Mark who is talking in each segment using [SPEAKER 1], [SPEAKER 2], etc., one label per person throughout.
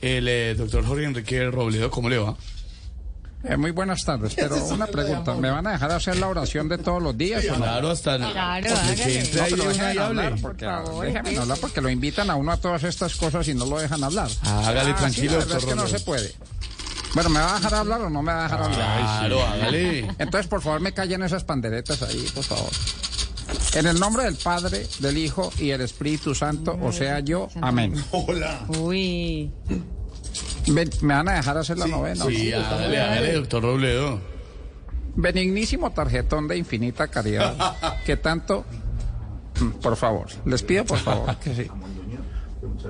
[SPEAKER 1] el eh, doctor Jorge Enrique Robledo. ¿Cómo le va?
[SPEAKER 2] Eh, muy buenas tardes, pero una pregunta, ¿me van a dejar hacer la oración de todos los días o no?
[SPEAKER 1] Claro, hasta
[SPEAKER 3] Claro,
[SPEAKER 1] desde
[SPEAKER 3] hágale.
[SPEAKER 1] que entre
[SPEAKER 2] No,
[SPEAKER 1] ahí
[SPEAKER 2] pero
[SPEAKER 1] uno
[SPEAKER 2] déjenme
[SPEAKER 1] y hable.
[SPEAKER 2] hablar, porque,
[SPEAKER 3] Por favor,
[SPEAKER 2] déjenme
[SPEAKER 3] sí.
[SPEAKER 2] hablar porque lo invitan a uno a todas estas cosas y no lo dejan hablar.
[SPEAKER 1] Hágale,
[SPEAKER 2] Ah, sí,
[SPEAKER 1] tranquilo,
[SPEAKER 2] la verdad
[SPEAKER 1] doctor
[SPEAKER 2] es que no
[SPEAKER 1] Robledo.
[SPEAKER 2] se puede. Bueno, ¿me va a dejar hablar o no me va a dejar hablar?
[SPEAKER 1] Claro, hágale.
[SPEAKER 2] Entonces, por favor, me callen esas panderetas ahí, por favor. En el nombre del Padre, del Hijo y del Espíritu Santo, o sea yo, amén.
[SPEAKER 3] Uy.
[SPEAKER 2] Ven, ¿Me van a dejar hacer la novena? o no?
[SPEAKER 1] Sí, hágale, hágale, doctor Robledo.
[SPEAKER 2] Benignísimo tarjetón de infinita caridad, que tanto... Mm, Por favor, les pido por favor que sí.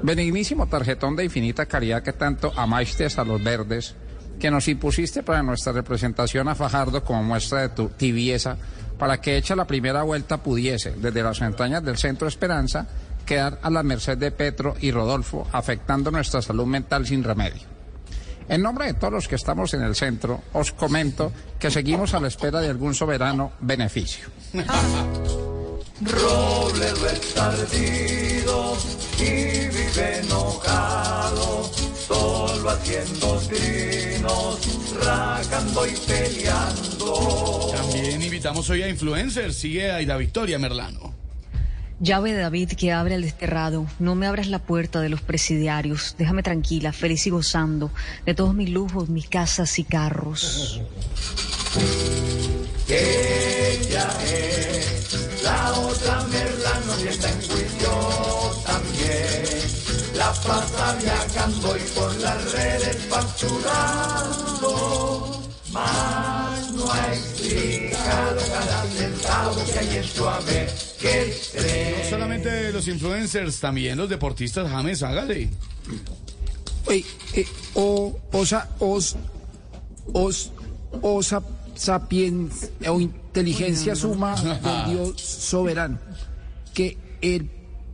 [SPEAKER 2] Benignísimo tarjetón de infinita caridad que tanto amaste a los verdes, que nos impusiste para nuestra representación a Fajardo como muestra de tu tibieza, para que hecha la primera vuelta pudiese, desde las entrañas del Centro Esperanza, quedar a la merced de Petro y Rodolfo, afectando nuestra salud mental sin remedio. En nombre de todos los que estamos en el centro, os comento que seguimos a la espera de algún soberano beneficio.
[SPEAKER 1] También invitamos hoy a influencers. Sigue Aida Victoria Merlano.
[SPEAKER 4] Llave de David que abre al desterrado, no me abras la puerta de los presidiarios, déjame tranquila, feliz y gozando de todos mis lujos, mis casas y carros.
[SPEAKER 1] No solamente los influencers, también los deportistas. James, hágale.
[SPEAKER 5] Oye, eh, o, osa, os, os, osa, sapiens, o inteligencia suma del Dios soberano. Que el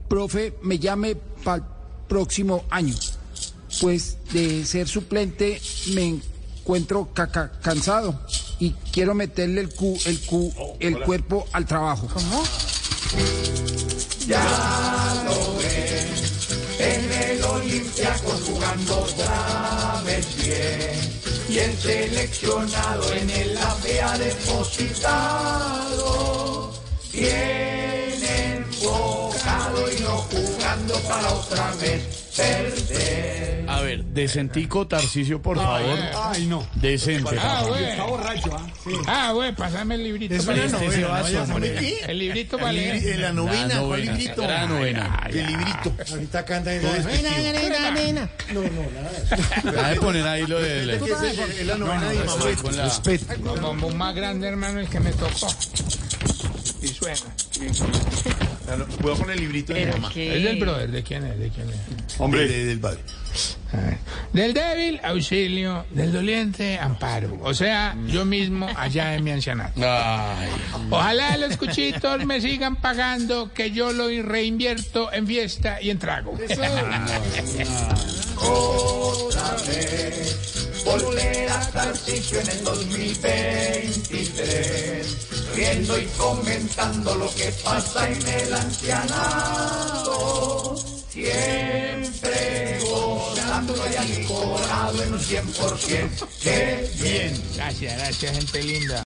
[SPEAKER 5] profe me llame para próximo año. Pues de ser suplente me encuentro caca- cansado y quiero meterle el cu, el cu, el cuerpo al trabajo.
[SPEAKER 1] A ver, decentico, Tarcicio,
[SPEAKER 2] Ah,
[SPEAKER 1] por favor.
[SPEAKER 6] Ay, no.
[SPEAKER 1] Decente.
[SPEAKER 6] Está borracho, ¿ah?
[SPEAKER 7] Ah, güey, pasame el librito.
[SPEAKER 6] Es una
[SPEAKER 1] Este se va
[SPEAKER 6] novela.
[SPEAKER 1] a
[SPEAKER 6] vaya,
[SPEAKER 1] sombrear.
[SPEAKER 6] hombre.
[SPEAKER 7] El librito para
[SPEAKER 8] El
[SPEAKER 7] leer.
[SPEAKER 8] libri- la novena,
[SPEAKER 1] La
[SPEAKER 8] ¿cuál
[SPEAKER 1] novena,
[SPEAKER 8] librito?
[SPEAKER 1] la novena.
[SPEAKER 8] El librito.
[SPEAKER 6] Ahorita canta esa- No, no, nada. de eso.
[SPEAKER 1] Va a poner ahí lo del...
[SPEAKER 8] ¿Qué es eso? Es la novena de mi mamá.
[SPEAKER 1] con la-
[SPEAKER 7] El bombón más grande, hermano, el que me tocó. Y suena.
[SPEAKER 8] La no- Puedo poner el librito de mi
[SPEAKER 3] Pero
[SPEAKER 8] mamá.
[SPEAKER 3] qué.
[SPEAKER 7] ¿Es del brother? ¿De quién es? ¿De quién es?
[SPEAKER 8] Hombre. del padre.
[SPEAKER 7] Del débil, auxilio. Del doliente, amparo. O sea, yo mismo allá en mi ancianato.
[SPEAKER 1] Ay,
[SPEAKER 7] Ojalá los cuchitos me sigan pagando, que yo lo reinvierto en fiesta y en trago. Gracias, gracias, gente linda.